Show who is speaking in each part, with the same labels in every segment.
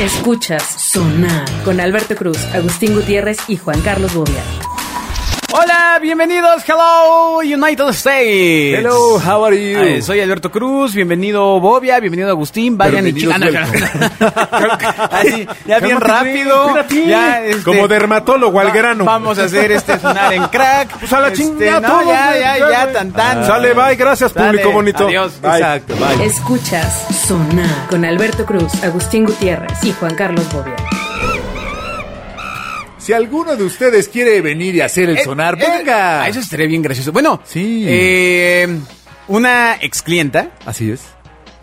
Speaker 1: Escuchas Sonar con Alberto Cruz, Agustín Gutiérrez y Juan Carlos Bobia.
Speaker 2: Hola, bienvenidos, hello United States.
Speaker 3: Hello, how are you?
Speaker 2: Eh, soy Alberto Cruz, bienvelo Bobia, bienvenido Agustín, vayan
Speaker 3: Bienvenido,
Speaker 2: y chiquen. Así, ya bien rápido.
Speaker 3: espérate.
Speaker 2: ya, este,
Speaker 4: Ah, Como dermatólogo al
Speaker 2: va-
Speaker 4: grano.
Speaker 2: Vamos a hacer este sonar en crack.
Speaker 4: Pues a la
Speaker 2: Este,
Speaker 4: chingada
Speaker 2: no,
Speaker 4: todos,
Speaker 2: ya,
Speaker 4: güey,
Speaker 2: ya,
Speaker 4: ya,
Speaker 2: ya,
Speaker 4: güey. Ah,
Speaker 2: tan tan.
Speaker 4: Sale, bye, gracias,
Speaker 2: Sale,
Speaker 4: público bonito.
Speaker 2: Adiós,
Speaker 4: Bye.
Speaker 2: exacto, bye.
Speaker 1: Escuchas Sonar con Alberto Cruz, Agustín Gutiérrez y Juan Carlos Bobia.
Speaker 4: Si alguno de ustedes quiere venir y hacer el sonar,
Speaker 2: Eh, eh,
Speaker 4: venga.
Speaker 2: ah, Eso estaría bien gracioso. Bueno,
Speaker 4: Sí.
Speaker 2: eh, una ex clienta,
Speaker 4: Así es.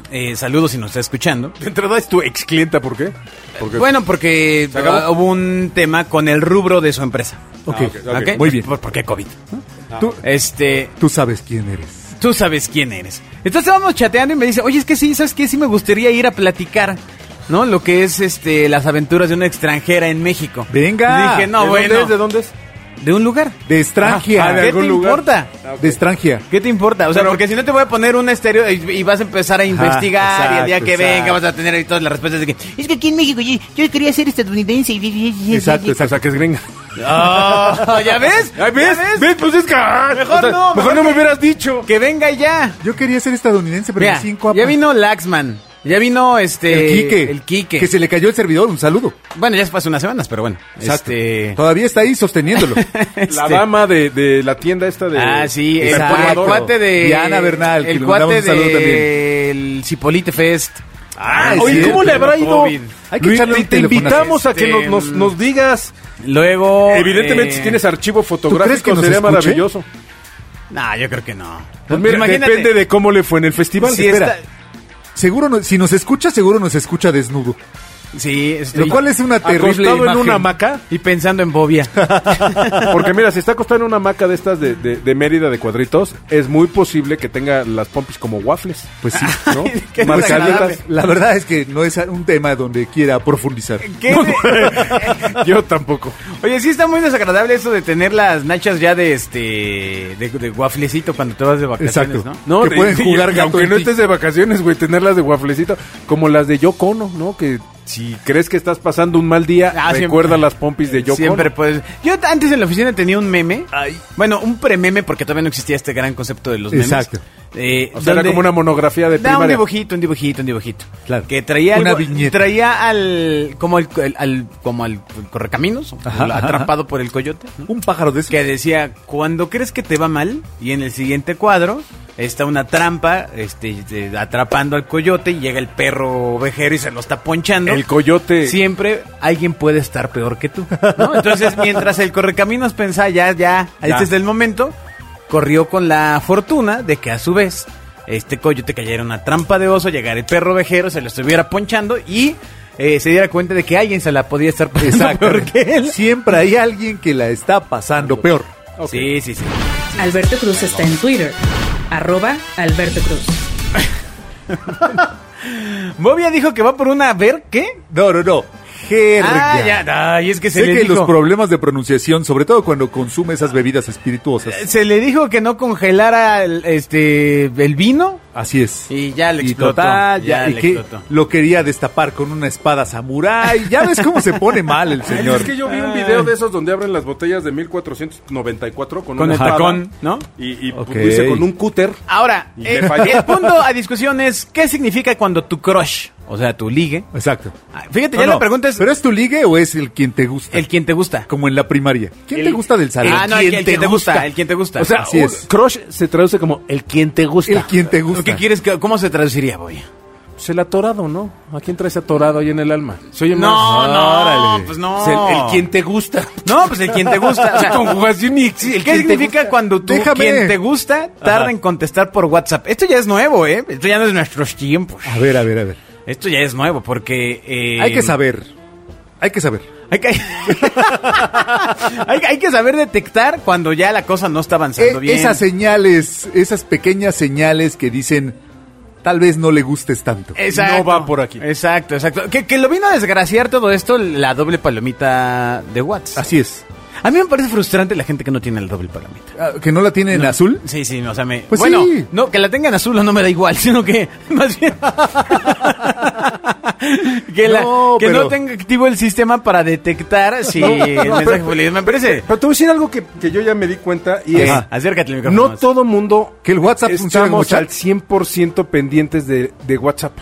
Speaker 2: eh, saludos si nos está escuchando.
Speaker 4: De entrada es tu ex clienta, ¿por qué? Porque
Speaker 2: Bueno, porque
Speaker 4: ¿Se acabó?
Speaker 2: ah, hubo un tema con el rubro de su empresa.
Speaker 4: Ok,
Speaker 2: Ah,
Speaker 4: ok,
Speaker 2: ¿ok?
Speaker 4: muy bien. Ah.
Speaker 2: Por- Porque COVID. ¿no?
Speaker 4: tú,
Speaker 2: Este,
Speaker 4: tú sabes quién eres.
Speaker 2: tú sabes quién eres. Entonces estábamos chateando y me dice, oye, es que sí, ¿sabes qué? Sí me gustaría ir a platicar, ¿no? Lo que es este las aventuras de una extranjera en México.
Speaker 4: Venga.
Speaker 2: Y dije, no,
Speaker 4: ¿De
Speaker 2: bueno.
Speaker 4: dónde es? ¿De dónde es?
Speaker 2: De un lugar.
Speaker 4: De Estrangia.
Speaker 2: Ah, ¿qué
Speaker 4: ¿De algún
Speaker 2: te
Speaker 4: lugar? Ah,
Speaker 2: importa?
Speaker 4: De Estrangia.
Speaker 2: ¿Qué te importa? O sea, porque si no te voy a poner un estéreo y, y vas a empezar a investigar y el día
Speaker 4: exacto,
Speaker 2: que venga
Speaker 4: exacto.
Speaker 2: vas a tener ahí todas las respuestas de que...
Speaker 5: Es que aquí en México yo, yo quería ser estadounidense. y- y- y- y-
Speaker 4: Exacto, exacto, o sea, que es gringa.
Speaker 2: "Oh, ¿Ya ves?
Speaker 4: Ah. Ay, ¿Ves?
Speaker 2: ¿Ya
Speaker 4: ¿Ves? Pues es que. Mejor
Speaker 2: no,
Speaker 4: Mejor
Speaker 2: mejor
Speaker 4: no me
Speaker 2: que-
Speaker 4: hubieras dicho.
Speaker 2: Que venga ya.
Speaker 4: Yo quería ser estadounidense, pero
Speaker 2: Mira,
Speaker 4: mis cinco
Speaker 2: ya
Speaker 4: apas-
Speaker 2: vino Laxman. Ya vino este...
Speaker 4: El Quique.
Speaker 2: El Quique.
Speaker 4: Que se le cayó el servidor, un saludo.
Speaker 2: Bueno, ya se pasó unas semanas, pero bueno.
Speaker 4: Exacto.
Speaker 2: Este...
Speaker 4: Todavía está ahí sosteniéndolo.
Speaker 3: La
Speaker 2: este-
Speaker 3: dama de, de la tienda esta de...
Speaker 2: Ah, sí,
Speaker 3: de
Speaker 2: el, el
Speaker 3: Salvador.
Speaker 2: cuate de...
Speaker 4: Diana Bernal, que
Speaker 2: El
Speaker 4: le
Speaker 2: cuate
Speaker 4: mandamos un saludo
Speaker 2: de-
Speaker 4: también.
Speaker 2: El Cipolite Fest.
Speaker 4: Ah,
Speaker 3: Oye,
Speaker 4: es cierto,
Speaker 3: ¿cómo le habrá ido?
Speaker 2: COVID.
Speaker 4: Hay que
Speaker 3: Luis,
Speaker 4: echarle un
Speaker 3: te
Speaker 4: telefonazo.
Speaker 3: invitamos a que
Speaker 2: Este,
Speaker 3: nos, nos, nos digas.
Speaker 2: Luego...
Speaker 3: Evidentemente,
Speaker 2: eh,
Speaker 3: si tienes archivo
Speaker 4: crees que
Speaker 3: fotográfico,
Speaker 4: nos
Speaker 3: sería
Speaker 4: escuche?
Speaker 3: maravilloso.
Speaker 2: No, yo creo que no.
Speaker 3: Pues mira,
Speaker 2: Imagínate.
Speaker 3: depende de cómo le fue en el festival.
Speaker 2: Si
Speaker 3: Espera.
Speaker 2: está-
Speaker 4: Seguro, no- si nos escucha, seguro nos escucha desnudo.
Speaker 2: Sí, estoy...
Speaker 4: Lo cual es una terrible
Speaker 3: Acostado en
Speaker 4: imagen.
Speaker 3: una hamaca.
Speaker 2: Y pensando en Bobia.
Speaker 3: Porque mira, si está acostado en una hamaca de estas de, de, de Mérida de cuadritos, es muy posible que tenga las pompis como waffles.
Speaker 4: Pues sí, ¿no?
Speaker 2: qué
Speaker 4: Pues
Speaker 2: desagradable.
Speaker 4: la- la verdad es que no es un tema donde quiera profundizar.
Speaker 2: ¿Qué?
Speaker 3: Yo tampoco.
Speaker 2: Oye, sí está muy desagradable eso de tener las nachas ya de este de, de wafflecito cuando te vas de vacaciones,
Speaker 4: Exacto.
Speaker 2: ¿no?
Speaker 3: No,
Speaker 4: Que
Speaker 3: de-
Speaker 4: pueden
Speaker 3: sí,
Speaker 4: jugar
Speaker 3: y
Speaker 4: gato
Speaker 3: aunque
Speaker 4: en
Speaker 3: no
Speaker 4: ti.
Speaker 3: estés de vacaciones, güey, tenerlas de wafflecito, como las de Yoko Ono, ¿no? Que si crees que estás pasando un mal día,
Speaker 2: Ah, siempre-
Speaker 3: recuerda las pompis de Yoko
Speaker 2: Siempre
Speaker 3: Ono.
Speaker 2: puedes. Yo t- antes en la oficina tenía un meme. Bueno, un prememe porque todavía no existía este gran concepto de los memes.
Speaker 4: Exacto.
Speaker 2: Eh,
Speaker 3: O sea, era
Speaker 2: donde-
Speaker 3: como una monografía de
Speaker 2: Da un
Speaker 3: primaria.
Speaker 2: dibujito, un dibujito, un dibujito.
Speaker 4: Claro.
Speaker 2: Que traía
Speaker 4: Una
Speaker 2: algo-
Speaker 4: viñeta.
Speaker 2: traía al como al, al- al- como al correcaminos,
Speaker 4: Ajá, ajá,
Speaker 2: atrapado por el coyote. ¿no?
Speaker 4: Un pájaro de esos.
Speaker 2: que decía cuando crees que te va mal y en el siguiente cuadro está una trampa este, de- atrapando al coyote y llega el perro ovejero y se lo está ponchando
Speaker 3: El coyote.
Speaker 2: siempre alguien puede estar peor que tú ¿no? entonces mientras el correcaminos pensaba ya ya
Speaker 3: Ya.
Speaker 2: este es el momento corrió con la fortuna de que a su vez este coyote cayera en una trampa de oso llegara el perro ovejero se lo estuviera ponchando y eh, se diera cuenta de que alguien se la podía estar pasando
Speaker 4: Exacto.
Speaker 2: peor que él
Speaker 4: Siempre hay alguien que la está pasando peor.
Speaker 3: Ok.
Speaker 2: sí sí sí
Speaker 1: Alberto Cruz está en Twitter, arroba Alberto Cruz.
Speaker 2: Bobia dijo que va por una a ver qué.
Speaker 4: No, no, no. Jerga.
Speaker 2: Ah, ya, ay, es que se
Speaker 4: Sé
Speaker 2: le
Speaker 4: que
Speaker 2: dijo.
Speaker 4: los problemas de pronunciación, sobre todo cuando consume esas bebidas espirituosas.
Speaker 2: Se le dijo que no congelara el, este el vino.
Speaker 4: Así es.
Speaker 2: Y ya le
Speaker 4: Y
Speaker 2: explotó,
Speaker 4: total, ya,
Speaker 2: ya
Speaker 4: y
Speaker 2: le
Speaker 4: que
Speaker 2: explotó.
Speaker 4: lo quería destapar con una espada samurái. Ya ves cómo se pone mal el señor.
Speaker 3: Es que yo vi
Speaker 2: Ah.
Speaker 3: un video de esos donde abren las botellas de 1494 con,
Speaker 2: Con el
Speaker 3: una espada
Speaker 2: tacón, ¿no?
Speaker 3: Y, y
Speaker 4: Ok.
Speaker 3: dice con un cúter.
Speaker 2: Ahora,
Speaker 3: Y le
Speaker 2: eh,
Speaker 3: falló.
Speaker 2: el punto a discusión es ¿qué significa cuando tu crush, o sea, tu ligue?
Speaker 4: Exacto.
Speaker 2: Ah, Fíjate,
Speaker 4: No,
Speaker 2: ya
Speaker 4: no,
Speaker 2: la pregunta es
Speaker 4: ¿Pero es tu ligue o es el quien te gusta?
Speaker 2: el quien te gusta.
Speaker 4: Como en la primaria. ¿Quién
Speaker 2: El-
Speaker 4: te gusta del salón?
Speaker 2: Ah, no, el, que- el quien te gusta, el quien te gusta.
Speaker 3: O sea,
Speaker 4: Así
Speaker 3: un-
Speaker 4: es.
Speaker 3: crush se traduce como el quien te gusta.
Speaker 4: El quien te gusta.
Speaker 2: ¿qué quieres que cómo se traduciría, Bobia?
Speaker 3: Pues el atorado, ¿no? ¿A quién traes atorado ahí en el alma? Se oye
Speaker 2: No,
Speaker 3: más-
Speaker 2: no,
Speaker 3: Órale.
Speaker 2: pues no.
Speaker 3: Es El, el quien te gusta.
Speaker 2: No, pues el quien te gusta. O sea,
Speaker 3: Conjugación y sí,
Speaker 2: ¿Qué significa cuando tú,
Speaker 4: Déjame.
Speaker 2: quien te gusta, tarda
Speaker 3: Ajá.
Speaker 2: en contestar por WhatsApp? Esto ya es nuevo, ¿eh? Esto ya no es nuestros tiempos.
Speaker 4: A ver, a ver, a ver.
Speaker 2: Esto ya es nuevo porque... eh,
Speaker 4: Hay que
Speaker 3: Em,
Speaker 4: saber. Hay que saber.
Speaker 2: Hay que, hay que- hay que saber detectar cuando ya la cosa no está avanzando
Speaker 4: Eh,
Speaker 2: bien.
Speaker 4: esas señales, esas pequeñas señales que dicen, tal vez no le gustes tanto.
Speaker 2: Exacto.
Speaker 3: No va por aquí.
Speaker 2: Exacto, exacto. Que, que lo vino a desgraciar todo esto la doble palomita de WhatsApp.
Speaker 4: Así es.
Speaker 2: A mí me parece frustrante la gente que no tiene la doble palomita.
Speaker 4: Ah, ¿Que no la tiene en azul?
Speaker 2: Sí, sí, o sea, me...
Speaker 4: Pues
Speaker 2: bueno,
Speaker 4: sí.
Speaker 2: no, que la tengan azul no me da igual, sino que más bien... que, la-
Speaker 4: No,
Speaker 2: que
Speaker 4: pero-
Speaker 2: no tenga activo el sistema para detectar si el mensaje fue leído. Me parece.
Speaker 3: Pero te voy a decir algo que, que yo ya me di cuenta y es...
Speaker 2: Ajá, Acércate al micrófono.
Speaker 3: No todo mundo
Speaker 4: Que el WhatsApp funciona como
Speaker 3: estamos
Speaker 4: chat.
Speaker 3: al 100% pendientes de, de WhatsApp.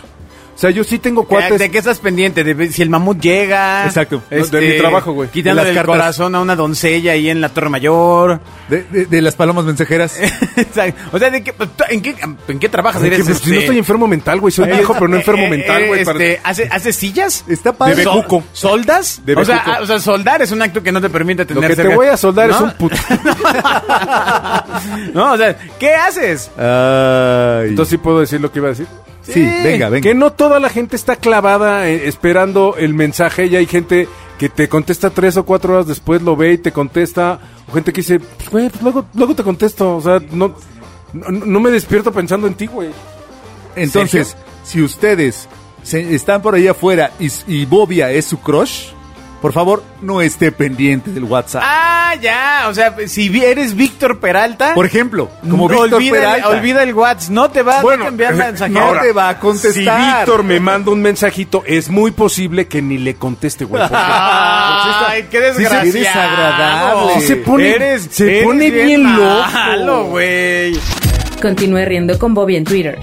Speaker 3: O sea, yo sí tengo
Speaker 2: ¿De,
Speaker 3: cuates...
Speaker 2: de qué estás pendiente? De si el mamut llega. este,
Speaker 4: Exacto.
Speaker 3: No, de mi trabajo, güey.
Speaker 2: Quitándole
Speaker 4: De
Speaker 2: el
Speaker 4: las cartas.
Speaker 2: corazón a una doncella ahí en la Torre Mayor.
Speaker 4: De, de- de las palomas mensajeras.
Speaker 3: Eh.
Speaker 2: Exacto. o sea, ¿de qué- pues, ¿en, qué, ¿en qué trabajas?
Speaker 3: Porque,
Speaker 2: Eres,
Speaker 3: pues, si no
Speaker 2: este,
Speaker 3: estoy enfermo mental, güey. Soy viejo, pero no enfermo
Speaker 2: eh,
Speaker 3: mental, güey.
Speaker 2: eh,
Speaker 3: para-
Speaker 2: este, ¿hace, hace sillas?
Speaker 4: Está padre.
Speaker 3: De
Speaker 2: Sol-
Speaker 3: bejuco.
Speaker 2: ¿Soldas?
Speaker 3: De
Speaker 2: o, sea,
Speaker 3: bejuco.
Speaker 2: ah, o sea, soldar es un acto que no te permite
Speaker 3: Lo
Speaker 2: tener
Speaker 3: que te
Speaker 2: cerca-
Speaker 3: voy a soldar es
Speaker 2: ¿No?
Speaker 3: un puto.
Speaker 2: No, o sea, ¿qué haces?
Speaker 4: Ay.
Speaker 3: Entonces sí puedo decir lo que iba a decir.
Speaker 4: sí,
Speaker 2: sí.
Speaker 4: venga, venga.
Speaker 3: Que no toda la gente está clavada eh, esperando el mensaje y hay gente que te contesta tres o cuatro horas después, lo ve y te contesta. O gente que dice, pues, güey, pues, luego, luego te contesto. O sea, no, no, no me despierto pensando en ti, güey.
Speaker 4: Entonces, si ustedes se- están por ahí afuera y, y Bobia es su crush, por favor, no esté pendiente del WhatsApp.
Speaker 2: Ah, ya. O sea, si vi- eres Víctor Peralta.
Speaker 4: Por ejemplo,
Speaker 2: no,
Speaker 4: como Víctor
Speaker 2: olvida, el-
Speaker 4: Peralta.
Speaker 2: Olvida el WhatsApp. No te va
Speaker 3: Bueno, eh,
Speaker 2: a cambiar la
Speaker 4: no
Speaker 2: mensajera.
Speaker 4: te va a contestar.
Speaker 3: Si Víctor me manda un mensajito, es muy posible que ni le conteste, güey. porque-
Speaker 2: Ay, qué
Speaker 4: sí,
Speaker 2: desgraciado.
Speaker 4: eres agradable.
Speaker 3: Sí se pone- se pone bien loco.
Speaker 2: malo, güey.
Speaker 1: Continúe riendo con Bobia en Twitter.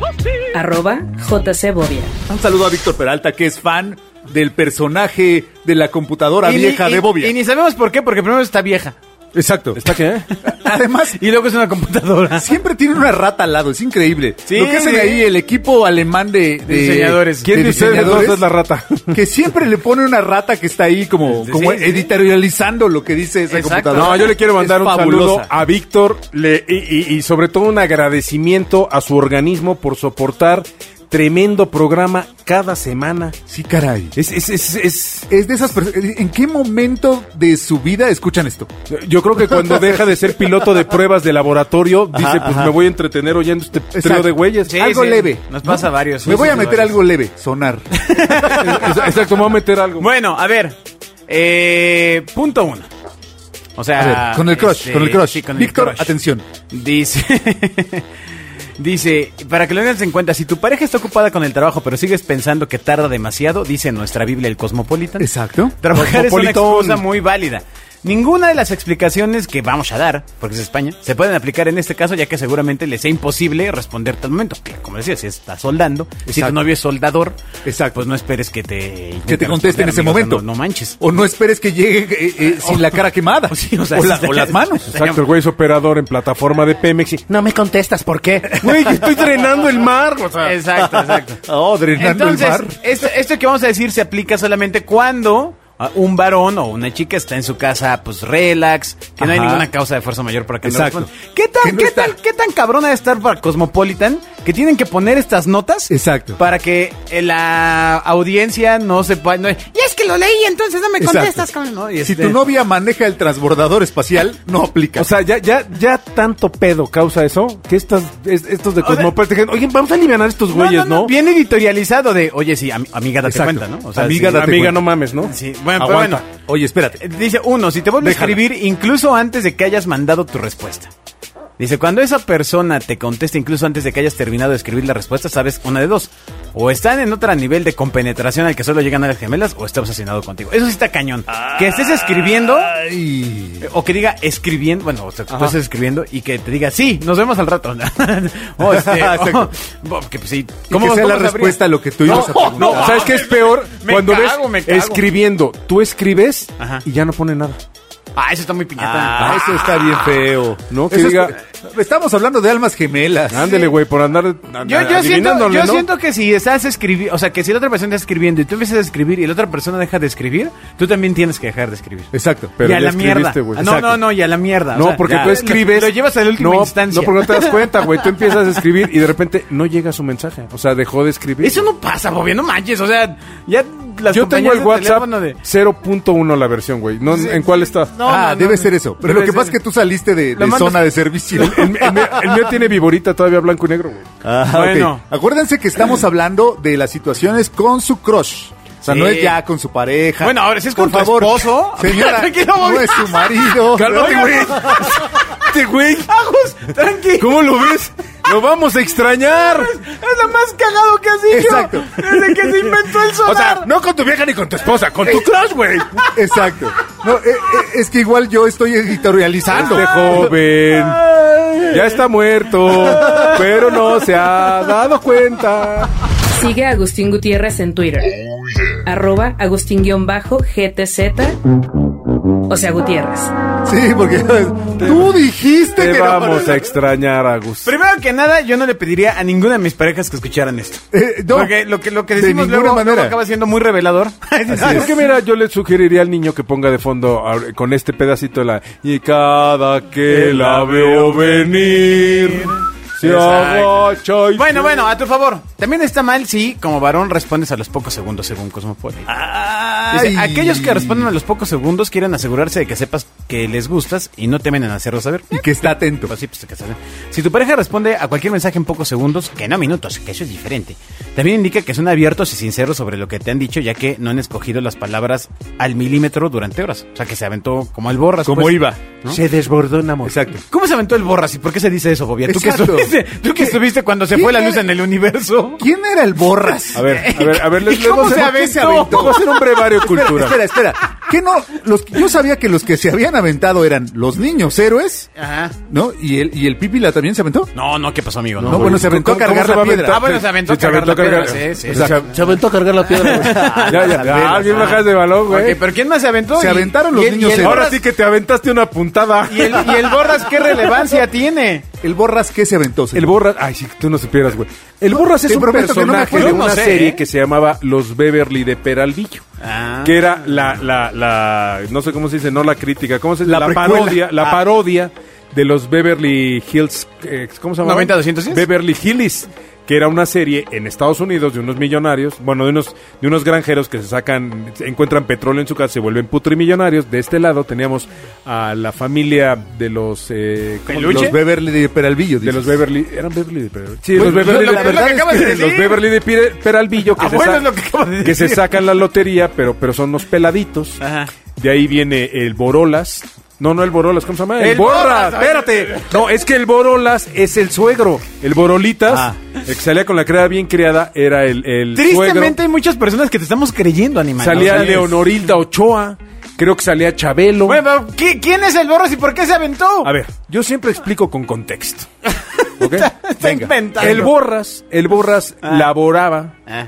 Speaker 1: Arroba JCBobia.
Speaker 4: Un saludo a Víctor Peralta, que es fan del personaje de la computadora
Speaker 2: Y ni-
Speaker 4: vieja
Speaker 2: y-
Speaker 4: de Bobia.
Speaker 2: Y ni sabemos por qué, porque primero está vieja.
Speaker 4: Exacto.
Speaker 3: ¿Está ¿eh? qué?
Speaker 4: Además,
Speaker 2: Y luego es una computadora.
Speaker 4: siempre tiene una rata al lado, es increíble.
Speaker 2: Sí,
Speaker 4: Lo que hacen
Speaker 2: sí.
Speaker 4: ahí el equipo alemán de, de-
Speaker 2: diseñadores.
Speaker 3: ¿Quién
Speaker 4: de
Speaker 3: de ustedes dos
Speaker 4: diseñadores,
Speaker 3: es la rata?
Speaker 4: Que siempre le pone una rata que está ahí como,
Speaker 2: Sí,
Speaker 4: como
Speaker 2: sí.
Speaker 4: editorializando lo que dice esa
Speaker 2: Exacto.
Speaker 4: computadora.
Speaker 3: No, yo le quiero mandar
Speaker 4: Es
Speaker 3: un saludo
Speaker 4: fabulosa.
Speaker 3: a Víctor le- y, y- y sobre todo un agradecimiento a su organismo por soportar tremendo programa cada semana.
Speaker 4: Sí, caray.
Speaker 3: Es, es, es, es-
Speaker 4: Es de esas personas. ¿En qué momento de su vida escuchan esto?
Speaker 3: yo creo que cuando deja de ser piloto de pruebas de laboratorio, dice, pues me voy a entretener oyendo este trío
Speaker 4: Exacto.
Speaker 3: de güeyes.
Speaker 2: Sí,
Speaker 4: algo
Speaker 2: sí.
Speaker 4: leve.
Speaker 2: Nos pasa a varios, sí,
Speaker 4: Me voy
Speaker 2: sí,
Speaker 4: a
Speaker 2: sí,
Speaker 4: meter
Speaker 2: varios.
Speaker 4: algo leve. Sonar.
Speaker 3: Exacto, me voy a meter algo.
Speaker 2: Bueno, a ver. Eh, punto uno. O sea.
Speaker 4: A ver, con el crush,
Speaker 2: este,
Speaker 4: con el crush.
Speaker 2: sí, con el
Speaker 4: Víctor,
Speaker 2: crush.
Speaker 4: atención.
Speaker 2: Dice. Dice, para que lo tengas en cuenta, si tu pareja está ocupada con el trabajo, pero sigues pensando que tarda demasiado, dice en nuestra Biblia el Cosmopolitan.
Speaker 4: Exacto.
Speaker 2: Trabajar es una
Speaker 3: Cosmopolitón.
Speaker 2: excusa muy válida. Ninguna de las explicaciones que vamos a dar, porque es España, se pueden aplicar en este caso, ya que seguramente les sea imposible responder al momento. Claro, Como decía, si estás soldando, si tu
Speaker 4: Exacto.
Speaker 2: novio es soldador,
Speaker 4: Exacto.
Speaker 2: pues no esperes que te...
Speaker 4: Que te conteste en ese
Speaker 2: amigo, o sea,
Speaker 4: momento.
Speaker 2: No, no manches.
Speaker 4: O no esperes que llegue eh, eh, sin la cara quemada.
Speaker 2: Sí, o sea,
Speaker 4: O la-
Speaker 2: sí,
Speaker 4: o las manos.
Speaker 3: Exacto, el güey es operador en plataforma de Pemex. y,
Speaker 5: No me contestas, ¿por qué?
Speaker 3: Güey, yo estoy drenando el mar. O sea,
Speaker 2: Exacto, exacto.
Speaker 4: Oh, drenando el
Speaker 2: Entonces,
Speaker 4: mar.
Speaker 2: Esto, esto que vamos a decir se aplica solamente cuando ah, un varón o una chica está en su casa, pues relax, que no hay
Speaker 4: Ajá.
Speaker 2: ninguna causa de fuerza mayor para que no
Speaker 4: Exacto.
Speaker 2: responda. ¿Qué tan,
Speaker 4: Que no
Speaker 2: qué
Speaker 4: está.
Speaker 2: tan, qué tan cabrona de estar para Cosmopolitan que tienen que poner estas notas?
Speaker 4: Exacto.
Speaker 2: Para que eh, la audiencia no sepa. No, y es que lo leí, entonces no me
Speaker 4: Exacto.
Speaker 2: contestas, cabrón", ¿no? Y
Speaker 4: Si
Speaker 2: este-
Speaker 4: tu novia maneja el transbordador espacial, no aplica.
Speaker 3: O sea, ya, ya, ya tanto pedo causa eso que estas, es- estos de
Speaker 2: O sea-
Speaker 3: Cosmopolitan dijeron, oye, vamos a aliviar estos
Speaker 2: No, no,
Speaker 3: güeyes,
Speaker 2: no,
Speaker 3: ¿no?
Speaker 2: Bien editorializado de, oye, sí, am- amiga, date
Speaker 4: Exacto.
Speaker 2: cuenta, ¿no?
Speaker 4: Amiga,
Speaker 2: sí,
Speaker 4: date
Speaker 3: Amiga,
Speaker 4: cuenta.
Speaker 3: no mames, ¿no?
Speaker 2: Sí, bueno, pero
Speaker 3: Aguanta.
Speaker 2: bueno.
Speaker 4: Oye, espérate.
Speaker 2: Dice uno, si te vuelve
Speaker 4: Déjala.
Speaker 2: a escribir incluso antes de que hayas mandado tu respuesta. Dice, cuando esa persona te contesta incluso antes de que hayas terminado de escribir la respuesta, sabes una de dos. O están en otro nivel de compenetración al que solo llegan a las gemelas o está obsesionado contigo. Eso sí está cañón. Que estés escribiendo
Speaker 4: Ay.
Speaker 2: o que diga escribiendo, bueno, o sea, que tú estés escribiendo y que te diga, sí, nos vemos al rato. o este,
Speaker 4: Exacto.
Speaker 2: o- que, pues, sí,
Speaker 4: Y que sea la
Speaker 2: sabrías?
Speaker 4: respuesta a lo que tú ibas a preguntar.
Speaker 3: No, ¿sabes qué es peor?
Speaker 2: me
Speaker 3: Cuando
Speaker 2: cago, me
Speaker 3: ves
Speaker 2: cago.
Speaker 3: escribiendo, tú escribes
Speaker 2: Ajá.
Speaker 3: y ya no pone nada.
Speaker 2: Ah, eso está muy piñata.
Speaker 4: Ah, eso está bien feo.
Speaker 3: No, que
Speaker 4: Eso es- eh,
Speaker 3: diga-
Speaker 4: Estamos hablando de almas gemelas.
Speaker 3: Ándele, güey, por andar
Speaker 2: Yo, yo, siento,
Speaker 3: adivinándole,
Speaker 2: yo
Speaker 3: ¿no?
Speaker 2: siento que si estás escribiendo, o sea, que si la otra persona está escribiendo y tú empiezas a escribir y la otra persona deja de escribir, tú también tienes que dejar de escribir.
Speaker 4: Exacto.
Speaker 3: Pero
Speaker 2: y a
Speaker 3: ya
Speaker 2: la mierda.
Speaker 3: escribiste, güey.
Speaker 2: Ah, no,
Speaker 3: Exacto.
Speaker 2: no, no, y a la mierda. o
Speaker 3: No,
Speaker 2: sea,
Speaker 3: porque
Speaker 2: ya.
Speaker 3: tú escribes.
Speaker 2: Lo llevas a la última
Speaker 3: no,
Speaker 2: instancia.
Speaker 3: No, porque no te das cuenta, güey. Tú empiezas a escribir y de repente no llega su mensaje. O sea, dejó de escribir.
Speaker 2: Eso no pasa, Bobby, no manches. O sea, ya las
Speaker 3: Yo tengo
Speaker 2: compañías
Speaker 3: el
Speaker 2: de
Speaker 3: WhatsApp
Speaker 2: teléfono de-
Speaker 3: 0.1 la versión, güey. No, ¿En cuál está?
Speaker 2: No,
Speaker 4: ah,
Speaker 2: no, no,
Speaker 4: debe
Speaker 2: no.
Speaker 4: ser eso. Pero
Speaker 2: Debe
Speaker 4: lo que pasa
Speaker 2: ser-
Speaker 4: es que tú saliste de,
Speaker 2: Lo
Speaker 4: de
Speaker 2: mandas-
Speaker 4: zona de servicio.
Speaker 3: El, el- el mío- el mío tiene viborita todavía blanco y negro, güey.
Speaker 4: Ah,
Speaker 2: Bueno.
Speaker 4: ok. Acuérdense que estamos hablando de las situaciones con su crush. O sea,
Speaker 2: Sí.
Speaker 4: no es ya con su pareja.
Speaker 2: Bueno, ahora, si es con
Speaker 4: Por
Speaker 2: tu
Speaker 4: favor,
Speaker 2: esposo.
Speaker 4: Señora,
Speaker 2: Tranquilo, Bobby.
Speaker 4: no es su marido.
Speaker 3: Cálmate, güey. Este güey.
Speaker 2: Ajos, tranqui.
Speaker 3: ¿Cómo lo ves? ¡Lo vamos a extrañar!
Speaker 2: Es lo más cagado que has dicho.
Speaker 4: Exacto.
Speaker 2: Desde que se inventó el sonar.
Speaker 3: O sea, no con tu vieja ni con tu esposa, con tu crush, güey.
Speaker 4: Exacto. No, eh, eh, es que igual yo estoy editorializando.
Speaker 3: Este joven ya está muerto, pero no se ha dado cuenta.
Speaker 1: Sigue a Agustín Gutiérrez en Twitter. Arroba Agustín-GTZ. O sea, Gutiérrez.
Speaker 4: Sí, porque tú dijiste
Speaker 3: Te
Speaker 4: que no.
Speaker 3: vamos a extrañar, Agus.
Speaker 2: Primero que nada, yo no le pediría a ninguna de mis parejas que escucharan esto.
Speaker 4: Eh, no.
Speaker 2: Porque lo que, lo que
Speaker 4: De
Speaker 2: decimos
Speaker 4: ninguna
Speaker 2: luego, luego
Speaker 4: manera.
Speaker 2: acaba siendo muy revelador.
Speaker 3: Ah, es que mira, yo le sugeriría al niño que ponga de fondo a- con este pedacito de la y cada que la veo venir se
Speaker 2: Exacto.
Speaker 3: agacha y
Speaker 2: Bueno, bueno, a tu favor. También está mal si, como varón, respondes a los pocos segundos según Cosmopolitan. Dice,
Speaker 4: Ay.
Speaker 2: aquellos que responden a los pocos segundos quieren asegurarse de que sepas que les gustas y no temen en hacerlo saber.
Speaker 4: Y que está atento.
Speaker 2: Pues sí, pues, que saben. Si tu pareja responde a cualquier mensaje en pocos segundos, que no minutos, que eso es diferente. También indica que son abiertos y sinceros sobre lo que te han dicho, ya que no han escogido las palabras al milímetro durante horas. O sea, que se aventó como el borras.
Speaker 4: Como iba,
Speaker 2: Se desbordó en amor.
Speaker 4: Exacto.
Speaker 2: ¿Cómo se aventó el borras y por qué se dice eso, Bobia? ¿Tú, que
Speaker 4: Exacto.
Speaker 2: estuviste, tú que estuviste cuando se
Speaker 4: ¿Quién
Speaker 2: fue la
Speaker 4: era?
Speaker 2: luz en el universo?
Speaker 4: ¿Quién era el Borras?
Speaker 3: A ver, a ver, a ver, les,
Speaker 2: ¿Y
Speaker 3: les
Speaker 2: cómo
Speaker 3: voy a
Speaker 2: se
Speaker 3: hacer-
Speaker 2: aventó?
Speaker 3: les voy a hacer un brevario cultura.
Speaker 4: Espera, espera. ¿Qué no? Los, yo sabía que los que se habían aventado eran los niños héroes,
Speaker 2: Ajá.
Speaker 4: ¿no? Y el, y el Pípila también se aventó.
Speaker 2: No, no, ¿qué pasó, amigo? No,
Speaker 4: No, bueno, se aventó a
Speaker 3: ¿Cómo-
Speaker 4: cargar la
Speaker 3: cómo se va a
Speaker 4: piedra.
Speaker 3: aventar?
Speaker 2: Ah, bueno, se aventó a
Speaker 3: Sí,
Speaker 2: cargar la piedra,
Speaker 3: cargar.
Speaker 2: sí, Ah, sí,
Speaker 3: O sea,
Speaker 2: sí.
Speaker 6: Se aventó a cargar la piedra. güey.
Speaker 3: Ya, ya, ya, bien bajas de balón,
Speaker 2: Ok,
Speaker 3: güey.
Speaker 2: pero ¿quién más se aventó?
Speaker 4: Se
Speaker 2: Y-
Speaker 4: aventaron los
Speaker 2: y el-
Speaker 4: niños
Speaker 2: y el
Speaker 4: en-
Speaker 3: Ahora
Speaker 2: Borras-
Speaker 3: sí que te aventaste una puntada.
Speaker 2: ¿Y el, ¿Y el Borras qué relevancia tiene?
Speaker 4: ¿El Borras qué se aventó? señor?
Speaker 3: El Borras, ay, si tú no supieras, güey. El Borras es
Speaker 4: te
Speaker 3: un
Speaker 4: prometo que no me acuerdo.
Speaker 3: personaje de
Speaker 2: Yo no
Speaker 3: una
Speaker 2: sé,
Speaker 3: serie
Speaker 2: ¿eh?
Speaker 3: que se llamaba Los Beverly de Peralvillo.
Speaker 2: Ah.
Speaker 3: Que era la, la, la, no sé cómo se dice, no la crítica, ¿cómo se dice?
Speaker 4: La
Speaker 3: La,
Speaker 4: precuela.
Speaker 3: parodia, la
Speaker 2: Ah.
Speaker 3: parodia de los Beverly Hills, eh, ¿cómo se llama?
Speaker 2: 90-210.
Speaker 3: Beverly Hills, que era una serie en Estados Unidos de unos millonarios, bueno, de unos, de unos granjeros que se sacan, se encuentran petróleo en su casa, se vuelven putrimillonarios. De este lado teníamos a la familia de los, eh, ¿cómo-
Speaker 2: Peluche.
Speaker 4: Los Beverly de Peralvillo.
Speaker 3: de
Speaker 4: dices.
Speaker 3: los Beverly, eran Beverly de Peralvillo. Sí,
Speaker 4: Pues,
Speaker 3: los Beverly,
Speaker 4: lo-
Speaker 3: de,
Speaker 4: la verdad
Speaker 2: es que-
Speaker 3: los Beverly de Pire- Peralvillo que,
Speaker 2: Ah,
Speaker 3: se
Speaker 2: bueno,
Speaker 3: sa-
Speaker 2: es lo que acabas de
Speaker 3: que se
Speaker 2: decir.
Speaker 3: sacan la lotería, pero, pero son los peladitos.
Speaker 2: Ajá.
Speaker 3: De ahí viene el Borolas. No, no el Borolas, ¿cómo se llama?
Speaker 2: El Borras,
Speaker 3: espérate. No, es que el Borolas es el suegro. El Borolitas,
Speaker 2: Ah.
Speaker 3: el que salía con la creada bien criada, era el, el
Speaker 2: Tristemente
Speaker 3: suegro.
Speaker 2: hay muchas personas que te estamos creyendo, animal.
Speaker 3: Salía
Speaker 2: O sea,
Speaker 3: Leonorilda Ochoa, creo que salía Chabelo.
Speaker 2: Bueno, pero ¿qui- ¿quién es el Borras y por qué se aventó?
Speaker 3: A ver, yo siempre explico con contexto. ¿ok?
Speaker 2: está
Speaker 3: Venga.
Speaker 2: inventando.
Speaker 3: El Borras, el Borras
Speaker 2: Ah.
Speaker 3: laboraba
Speaker 2: Ah,
Speaker 3: eh,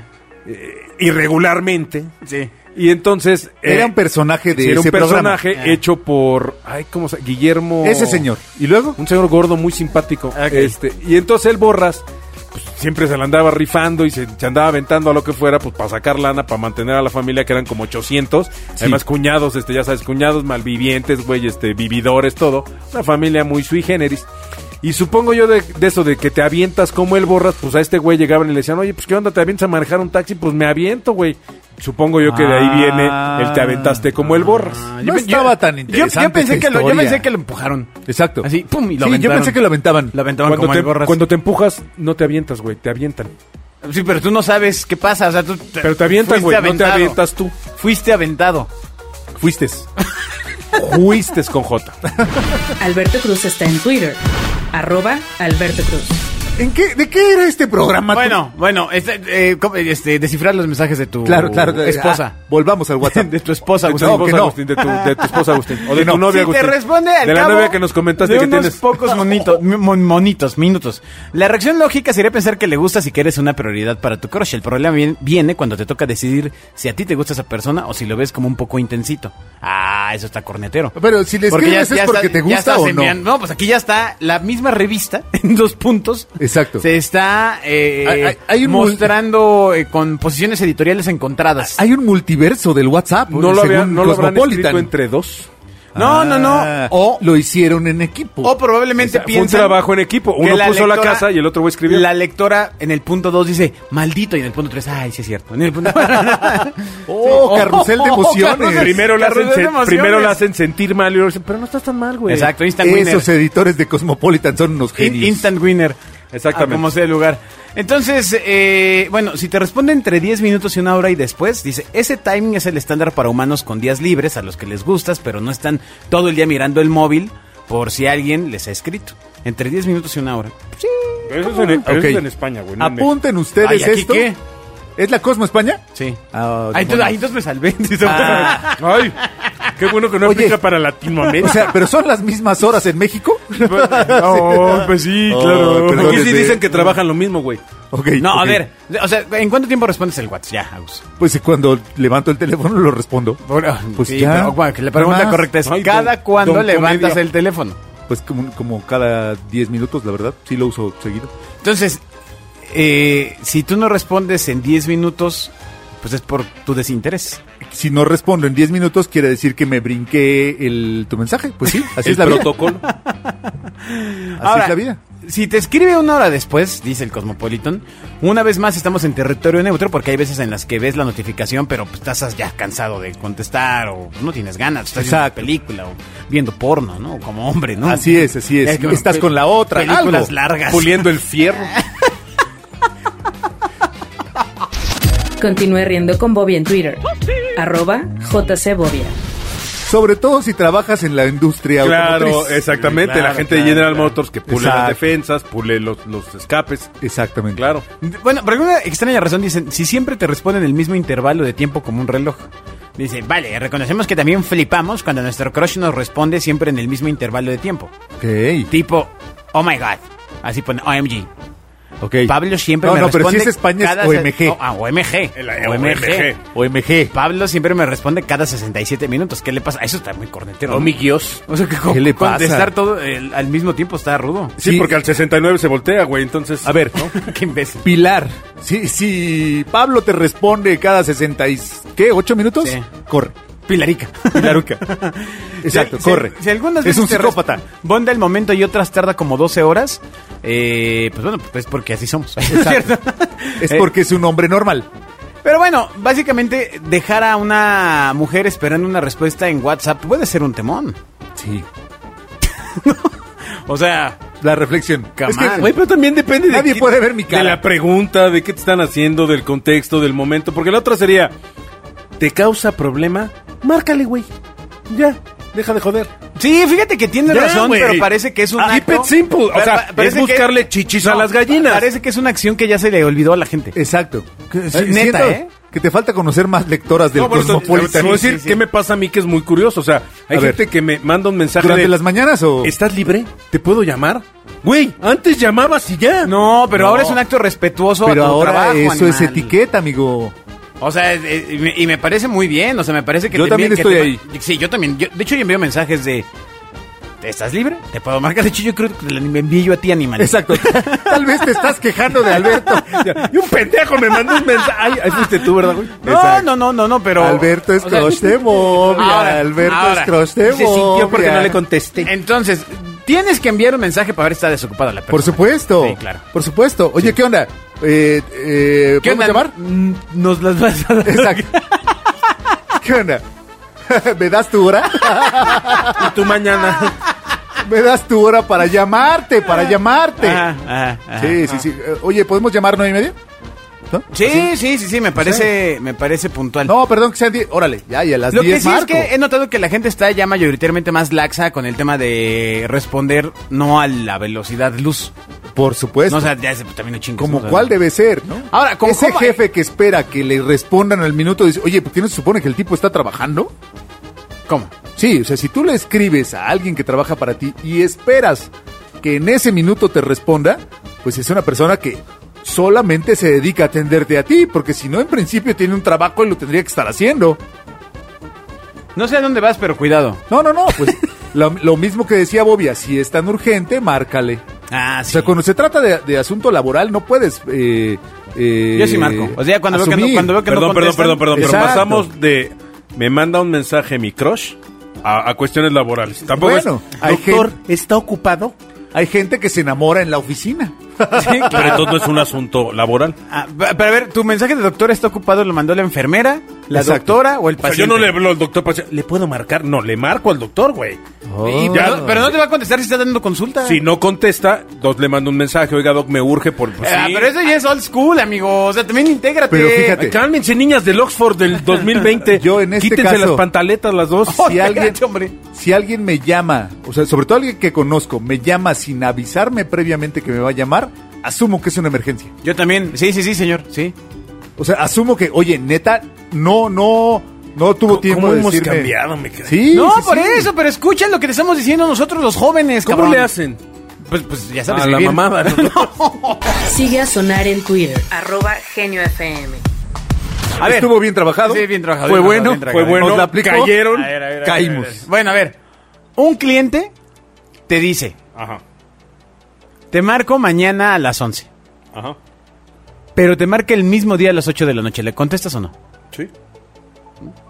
Speaker 3: irregularmente
Speaker 2: sí.
Speaker 3: y entonces eh,
Speaker 4: Era un personaje de
Speaker 3: sí, era un
Speaker 4: ese programa. Ah.
Speaker 3: personaje
Speaker 2: Ah.
Speaker 3: hecho por ay cómo se Guillermo
Speaker 4: Ese señor. ¿Y luego?
Speaker 3: un señor gordo muy simpático
Speaker 2: Ah, Ok.
Speaker 3: este y entonces el Borras pues, siempre se la andaba rifando y se, se andaba aventando a lo que fuera pues para sacar lana para mantener a la familia que eran como 800 además cuñados este ya sabes cuñados malvivientes güey este vividores todo una familia muy sui generis y supongo yo de, de eso de que te avientas como el borras, pues a este güey llegaban y le decían, oye, pues qué onda, te avientas a manejar un taxi, pues me aviento, güey. Supongo yo que de ahí viene el te aventaste como el borras.
Speaker 2: Ah,
Speaker 4: No estaba tan
Speaker 2: yo-
Speaker 4: interesante
Speaker 2: Yo, pensé
Speaker 4: esta
Speaker 2: que lo, yo
Speaker 4: historia.
Speaker 2: pensé que lo empujaron.
Speaker 4: Exacto.
Speaker 2: Así, pum, y lo
Speaker 4: Sí, yo
Speaker 2: aventaron.
Speaker 4: pensé que lo aventaban.
Speaker 2: Lo aventaban
Speaker 3: Cuando
Speaker 2: como
Speaker 3: te,
Speaker 2: el Borras.
Speaker 3: cuando te empujas, no te avientas, güey, te avientan.
Speaker 2: Sí, pero tú no sabes qué pasa. O sea, tú
Speaker 3: Pero te avientan,
Speaker 2: fuiste
Speaker 3: güey, no te
Speaker 2: aventado.
Speaker 3: avientas tú.
Speaker 2: Fuiste aventado.
Speaker 3: Fuiste. Fuiste con J.
Speaker 1: Alberto Cruz está en Twitter. Arroba Alberto Cruz.
Speaker 4: ¿En qué, ¿De qué era este programa?
Speaker 2: Bueno, bueno, este, eh, ¿cómo- este, descifrar los mensajes de tu
Speaker 4: Claro, claro. claro.
Speaker 2: Uh, esposa.
Speaker 4: Ah, volvamos al WhatsApp.
Speaker 2: De tu esposa,
Speaker 4: De tu
Speaker 2: Agustín.
Speaker 4: esposa,
Speaker 2: No, que
Speaker 3: esposa,
Speaker 2: no.
Speaker 3: Agustín, de, tu, de tu esposa, Agustín. O de
Speaker 4: Que no.
Speaker 3: tu novia,
Speaker 2: Si
Speaker 3: Agustín.
Speaker 2: te responde al
Speaker 3: De la
Speaker 2: cabo
Speaker 3: novia que nos comentaste
Speaker 2: de
Speaker 3: que
Speaker 2: unos
Speaker 3: tienes.
Speaker 2: pocos monitos, mon- monitos, minutos. La reacción lógica sería pensar que le gustas y que eres una prioridad para tu crush. El problema vien- viene cuando te toca decidir si a ti te gusta esa persona o si lo ves como un poco intensito. Ah, eso está cornetero.
Speaker 4: Pero si le escribes es porque
Speaker 2: está-
Speaker 4: te
Speaker 2: ya
Speaker 4: gusta
Speaker 2: estás
Speaker 4: o no.
Speaker 2: enviando- No, pues aquí ya está la misma revista en dos puntos.
Speaker 4: Exacto.
Speaker 2: Se está eh,
Speaker 4: Hay- hay- hay un mul-
Speaker 2: mostrando eh, con posiciones editoriales encontradas.
Speaker 4: Hay un multiverso del WhatsApp.
Speaker 3: No lo,
Speaker 4: según
Speaker 3: habían, no lo habrán
Speaker 4: Cosmopolitan.
Speaker 3: escrito entre dos.
Speaker 2: no, no, no.
Speaker 4: Ah,
Speaker 2: O,
Speaker 4: lo hicieron en equipo.
Speaker 2: o probablemente
Speaker 3: Fue un
Speaker 2: piensan-
Speaker 3: trabajo en equipo.
Speaker 2: que
Speaker 3: Uno puso la
Speaker 2: lectora-
Speaker 3: casa y el otro güey escribió.
Speaker 2: La lectora en el punto 2 dice, maldito, y en el punto 3, ay, sí es cierto. En el punto...
Speaker 4: Oh, carrusel de emociones.
Speaker 2: carrusel-
Speaker 3: Primero la, hacen,
Speaker 2: carrusel de
Speaker 3: sen-
Speaker 2: emociones.
Speaker 3: primero la hacen sentir mal y luego dicen, pero no estás tan mal, güey.
Speaker 2: Exacto, Instant Winner.
Speaker 4: Esos editores de Cosmopolitan son unos
Speaker 2: In-
Speaker 4: genios.
Speaker 2: instant Winner.
Speaker 3: Exactamente.
Speaker 2: Ah, como sea el lugar. Entonces, eh, bueno, si te responde entre 10 minutos y una hora y después, dice, ese timing es el estándar para humanos con días libres, a los que les gustas, pero no están todo el día mirando el móvil. por si alguien les ha escrito. Entre 10 minutos y una hora. Sí.
Speaker 3: Pero eso es en, e-, pero eso es
Speaker 4: Ok.
Speaker 3: en España, güey. no en México.
Speaker 4: Apunten ustedes
Speaker 2: Ay, ¿aquí
Speaker 4: esto.
Speaker 2: qué?
Speaker 4: ¿Es la Cosmo España?
Speaker 2: Sí.
Speaker 4: Ah,
Speaker 2: Ahí entonces,
Speaker 4: demonios.
Speaker 2: ahí entonces me salvé.
Speaker 3: Ah, Ay, qué bueno que no
Speaker 4: Oye.
Speaker 3: aplica para
Speaker 4: O
Speaker 3: Latinoamérica.
Speaker 4: sea, ¿pero son las mismas horas en México?
Speaker 3: No, pues sí,
Speaker 4: Oh,
Speaker 3: claro.
Speaker 4: perdón,
Speaker 3: Aquí sí
Speaker 4: este-
Speaker 3: dicen que trabajan lo mismo, güey.
Speaker 4: Ok,
Speaker 2: no, a
Speaker 4: ok.
Speaker 2: ver. O sea, ¿en cuánto tiempo respondes el WhatsApp? Ya, Agus.
Speaker 4: Pues cuando levanto el teléfono lo respondo. pues
Speaker 2: Sí,
Speaker 4: ya.
Speaker 2: pero, bueno, que la pregunta
Speaker 4: Más.
Speaker 2: correcta es:
Speaker 3: Ay,
Speaker 2: ¿cada
Speaker 3: don-
Speaker 2: cuándo
Speaker 3: don
Speaker 2: levantas
Speaker 3: comedia.
Speaker 2: el teléfono?
Speaker 4: Pues como, como cada 10 minutos, la verdad. Sí lo uso seguido.
Speaker 2: Entonces, eh, si tú no respondes en 10 minutos, pues es por tu desinterés.
Speaker 4: Si no respondo en 10 minutos, quiere decir que me brinqué el, tu mensaje. Pues sí, así
Speaker 3: El
Speaker 4: es la
Speaker 3: protocolo.
Speaker 4: vida. Así
Speaker 2: Ahora,
Speaker 4: es la vida.
Speaker 2: Si te escribe una hora después, dice el Cosmopolitan, una vez más estamos en territorio neutro porque hay veces en las que ves la notificación, pero pues, estás ya cansado de contestar o no tienes ganas, estás viendo una
Speaker 4: Exacto.
Speaker 2: película o viendo porno, ¿no? Como hombre, ¿no?
Speaker 4: Así es, así es.
Speaker 2: Ya que-
Speaker 4: Estás con la otra.
Speaker 2: Películas
Speaker 4: algo.
Speaker 2: largas.
Speaker 3: Puliendo el fierro.
Speaker 1: Continúe riendo con Bobby en Twitter. Arroba JCBobia.
Speaker 4: Sobre todo si trabajas en la industria
Speaker 3: Claro,
Speaker 4: automotriz.
Speaker 3: exactamente.
Speaker 2: Claro,
Speaker 3: la gente
Speaker 2: claro,
Speaker 3: de General
Speaker 2: claro.
Speaker 3: Motors que pule las
Speaker 4: Exacto.
Speaker 3: defensas, pule los, los escapes.
Speaker 4: Exactamente.
Speaker 3: Claro.
Speaker 2: Bueno, por alguna extraña razón dicen, si siempre te responden el mismo intervalo de tiempo como un reloj. Dice, vale, reconocemos que también flipamos cuando nuestro crush nos responde siempre en el mismo intervalo de tiempo.
Speaker 4: Ok.
Speaker 2: Tipo, oh my god. Así pone OMG.
Speaker 4: Ok.
Speaker 2: Pablo siempre
Speaker 4: No,
Speaker 2: me
Speaker 4: no, pero
Speaker 2: responde.
Speaker 4: si es España es
Speaker 2: cada- ah.
Speaker 4: OMG.
Speaker 2: Oh, ah, OMG.
Speaker 3: El-
Speaker 4: eh,
Speaker 2: OMG.
Speaker 3: OMG.
Speaker 4: OMG.
Speaker 2: Pablo siempre me responde cada 67 minutos. ¿Qué le pasa? Eso está muy cornetero.
Speaker 3: O
Speaker 2: ¿no?
Speaker 3: mi Dios.
Speaker 2: O sea, que co-
Speaker 4: Oh, ¿Qué le pasa?
Speaker 2: contestar todo el- al mismo tiempo está rudo.
Speaker 3: Sí,
Speaker 4: Sí.
Speaker 3: porque al 69 se voltea, güey. Entonces.
Speaker 4: A ver,
Speaker 2: Qué imbécil.
Speaker 4: Pilar. Si, si Pablo te responde cada 60 y... ¿Qué? ¿8 minutos?
Speaker 2: Sí.
Speaker 4: Corre.
Speaker 2: Pilarica.
Speaker 4: Pilaruca. Exacto,
Speaker 2: Si-
Speaker 4: corre.
Speaker 2: Si, si algunas
Speaker 4: es
Speaker 2: veces
Speaker 4: un
Speaker 2: te
Speaker 4: psicópata.
Speaker 2: responde al momento y otras tarda como 12 horas, eh, pues bueno, pues porque así somos. ¿Cierto?
Speaker 4: Es
Speaker 2: Eh,
Speaker 4: porque es un hombre normal.
Speaker 2: Pero bueno, básicamente dejar a una mujer esperando una respuesta en WhatsApp puede ser un temón.
Speaker 4: Sí.
Speaker 2: O sea,
Speaker 4: La reflexión.
Speaker 2: Come
Speaker 4: Es que,
Speaker 2: on.
Speaker 3: Güey, pero también depende de.
Speaker 4: Nadie
Speaker 3: qué-
Speaker 4: puede ver mi cara.
Speaker 3: De la pregunta, de qué te están haciendo, del contexto, del momento. Porque la otra sería. ¿Te causa problema? Márcale, güey. Ya. Deja de joder.
Speaker 2: sí, fíjate que tiene
Speaker 3: Ya,
Speaker 2: razón,
Speaker 3: güey.
Speaker 2: pero parece que es un
Speaker 3: Ah, keep it simple. O
Speaker 2: Pa-
Speaker 3: sea,
Speaker 2: pa-
Speaker 3: es
Speaker 2: parece que-
Speaker 3: buscarle chichis a las gallinas.
Speaker 2: pa- Parece que es una acción que ya se le olvidó a la gente.
Speaker 4: Exacto.
Speaker 2: Que-
Speaker 4: Eh,
Speaker 2: sí, neta,
Speaker 4: siento
Speaker 2: ¿eh?
Speaker 4: que te falta conocer más lectoras del
Speaker 3: No, bueno, te
Speaker 4: Cosmopolitan.
Speaker 3: voy a decir
Speaker 2: Sí, sí, sí.
Speaker 3: qué me pasa a mí que es muy curioso. O sea, hay
Speaker 4: A ver.
Speaker 3: gente que me manda un mensaje
Speaker 4: ¿Durante
Speaker 3: de,
Speaker 4: las mañanas o...?
Speaker 3: ¿Estás libre? ¿Te puedo llamar? Güey, antes llamabas y ya.
Speaker 2: No, pero
Speaker 3: No.
Speaker 2: ahora es un acto respetuoso
Speaker 4: Pero
Speaker 2: a tu
Speaker 4: ahora
Speaker 2: trabajo,
Speaker 4: eso es
Speaker 2: animal.
Speaker 4: etiqueta, amigo.
Speaker 2: O sea, eh, y me- y me parece muy bien, o sea, me parece que...
Speaker 4: Yo
Speaker 2: te
Speaker 4: también
Speaker 2: envíen- que
Speaker 4: estoy
Speaker 2: te- Sí, yo también. Yo- de hecho, yo envío mensajes de... ¿te ¿Estás libre? ¿Te puedo marcar? De hecho, yo creo que te- me envío yo a ti, animal.
Speaker 4: Exacto. Tal vez te estás quejando de Alberto.
Speaker 3: Y un pendejo me mandó un mensaje. Ay, ahí fuiste tú, ¿verdad, güey?
Speaker 2: No,
Speaker 4: Exacto.
Speaker 2: no, no, no, no, pero...
Speaker 4: Alberto es
Speaker 2: o sea,
Speaker 4: crush de Bobia,
Speaker 2: ahora,
Speaker 4: Alberto
Speaker 2: ahora.
Speaker 4: es crush de
Speaker 2: Se sintió porque
Speaker 4: Bobia.
Speaker 2: no le Entonces, tienes que enviar un mensaje para ver si está desocupada la persona.
Speaker 4: Por supuesto.
Speaker 2: Sí, claro.
Speaker 4: Por supuesto. Oye, ¿qué onda? Eh, eh,
Speaker 2: ¿Qué
Speaker 4: ¿Podemos
Speaker 2: onda?
Speaker 4: llamar?
Speaker 2: Mm, Nos las vas a dar.
Speaker 4: Exacto. ¿Qué onda? ¿Me das tu hora?
Speaker 3: Y tú mañana.
Speaker 4: ¿Me das tu hora para llamarte?
Speaker 2: Ah.
Speaker 4: Para llamarte.
Speaker 2: Ajá, ajá, ajá.
Speaker 4: sí, sí, sí. Eh, Oye, ¿podemos llamar nueve y media? ¿No?
Speaker 2: Sí, sí, sí, sí, me parece, me parece puntual.
Speaker 4: No, perdón, que sean diez. Órale, ya, y a las
Speaker 2: Lo que
Speaker 4: diez
Speaker 2: sí
Speaker 4: marco.
Speaker 2: es que eh, he notado que la gente está ya mayoritariamente más laxa con el tema de responder no a la velocidad luz.
Speaker 4: Por supuesto.
Speaker 2: No, o sea, ya se, pues, también no chingues,
Speaker 4: como
Speaker 2: o sea,
Speaker 4: cuál debe ser, ¿no?
Speaker 2: Ahora, ¿con
Speaker 4: ese
Speaker 2: cómo-
Speaker 4: jefe que espera que le respondan al minuto dice, oye, ¿por qué no se supone que el tipo está trabajando?
Speaker 2: ¿Cómo?
Speaker 4: Sí, o sea, si tú le escribes a alguien que trabaja para ti y esperas que en ese minuto te responda, pues es una persona que solamente se dedica a atenderte a ti, porque si no, en principio tiene un trabajo y lo tendría que estar haciendo.
Speaker 2: No sé a dónde vas, pero cuidado.
Speaker 4: No, no, no, pues lo, lo mismo que decía Bobia, si es tan urgente, márcale.
Speaker 2: Ah,
Speaker 4: O sea, cuando se trata de, de asunto laboral, no puedes... eh, eh,
Speaker 2: Yo sí marco. O sea, cuando veo que no-
Speaker 4: asumir.
Speaker 2: cuando veo que no
Speaker 3: Perdón, perdón,
Speaker 2: contestan?
Speaker 3: perdón, perdón. Pero
Speaker 4: Exacto.
Speaker 3: pasamos de. Me manda un mensaje mi crush a, a cuestiones laborales. Tampoco
Speaker 4: Bueno,
Speaker 3: es.
Speaker 4: hay
Speaker 3: pues, Doctor,
Speaker 4: gente-
Speaker 3: está ocupado.
Speaker 4: Hay gente que se enamora en la oficina.
Speaker 2: Sí,
Speaker 3: Pero
Speaker 2: claro.
Speaker 3: entonces no es un asunto laboral.
Speaker 2: Ah, pa- pero a ver, tu mensaje de doctora está ocupado, lo mandó la enfermera, la
Speaker 4: Exacto.
Speaker 2: doctora o el
Speaker 3: O sea,
Speaker 2: paciente.
Speaker 3: yo no le hablo al doctor para decir, ¿le puedo marcar? No, le marco al doctor, güey.
Speaker 4: Oh.
Speaker 2: Y-
Speaker 3: Ya,
Speaker 2: pero, pero no te va a contestar si está dando consulta.
Speaker 3: Si no contesta, dos le mando un mensaje. Oiga, doc, me urge por... pues,
Speaker 2: Ah,
Speaker 3: sí.
Speaker 2: pero eso ya es old school, amigo. O sea, también intégrate.
Speaker 4: Pero fíjate.
Speaker 3: Cálmense, niñas del Oxford del 2020.
Speaker 4: Yo en este
Speaker 3: Quítense
Speaker 4: caso-
Speaker 3: las pantaletas las dos.
Speaker 4: si alguien,
Speaker 2: espérate, hombre.
Speaker 4: si alguien me llama, o sea, sobre todo alguien que conozco, me llama sin avisarme previamente que me va a llamar, asumo que es una emergencia.
Speaker 2: Yo también. Sí, sí, sí, señor. Sí.
Speaker 4: O sea, asumo que, oye, neta, no, no, no tuvo
Speaker 3: ¿Cómo-
Speaker 4: tiempo
Speaker 3: cómo
Speaker 4: de
Speaker 3: hemos
Speaker 4: decirme.
Speaker 3: cambiado, me cae?
Speaker 4: Sí,
Speaker 2: no,
Speaker 4: sí,
Speaker 2: por
Speaker 4: sí.
Speaker 2: eso, pero escuchen lo que te estamos diciendo nosotros los jóvenes.
Speaker 3: ¿Cómo
Speaker 2: cabrón.
Speaker 3: le hacen?
Speaker 2: Pues, pues ya sabes.
Speaker 3: A la
Speaker 2: escribir.
Speaker 3: mamada. ¿no?
Speaker 1: Sigue a sonar en Twitter, arroba genio FM.
Speaker 2: A ver.
Speaker 4: Estuvo bien trabajado.
Speaker 2: Sí, bien trabajado,
Speaker 4: Fue
Speaker 2: bien
Speaker 4: bueno,
Speaker 2: trabajado, bien
Speaker 4: fue
Speaker 2: trabajado.
Speaker 4: bueno.
Speaker 3: Nos la aplicó. Cayeron,
Speaker 2: A ver, a ver, a ver,
Speaker 4: caímos.
Speaker 2: a ver. Bueno, a ver. Un cliente te dice,
Speaker 3: Ajá,
Speaker 2: te marco mañana a las 11.
Speaker 3: ajá.
Speaker 2: Pero te marca el mismo día a las 8 de la noche. ¿Le contestas o no?
Speaker 3: Sí.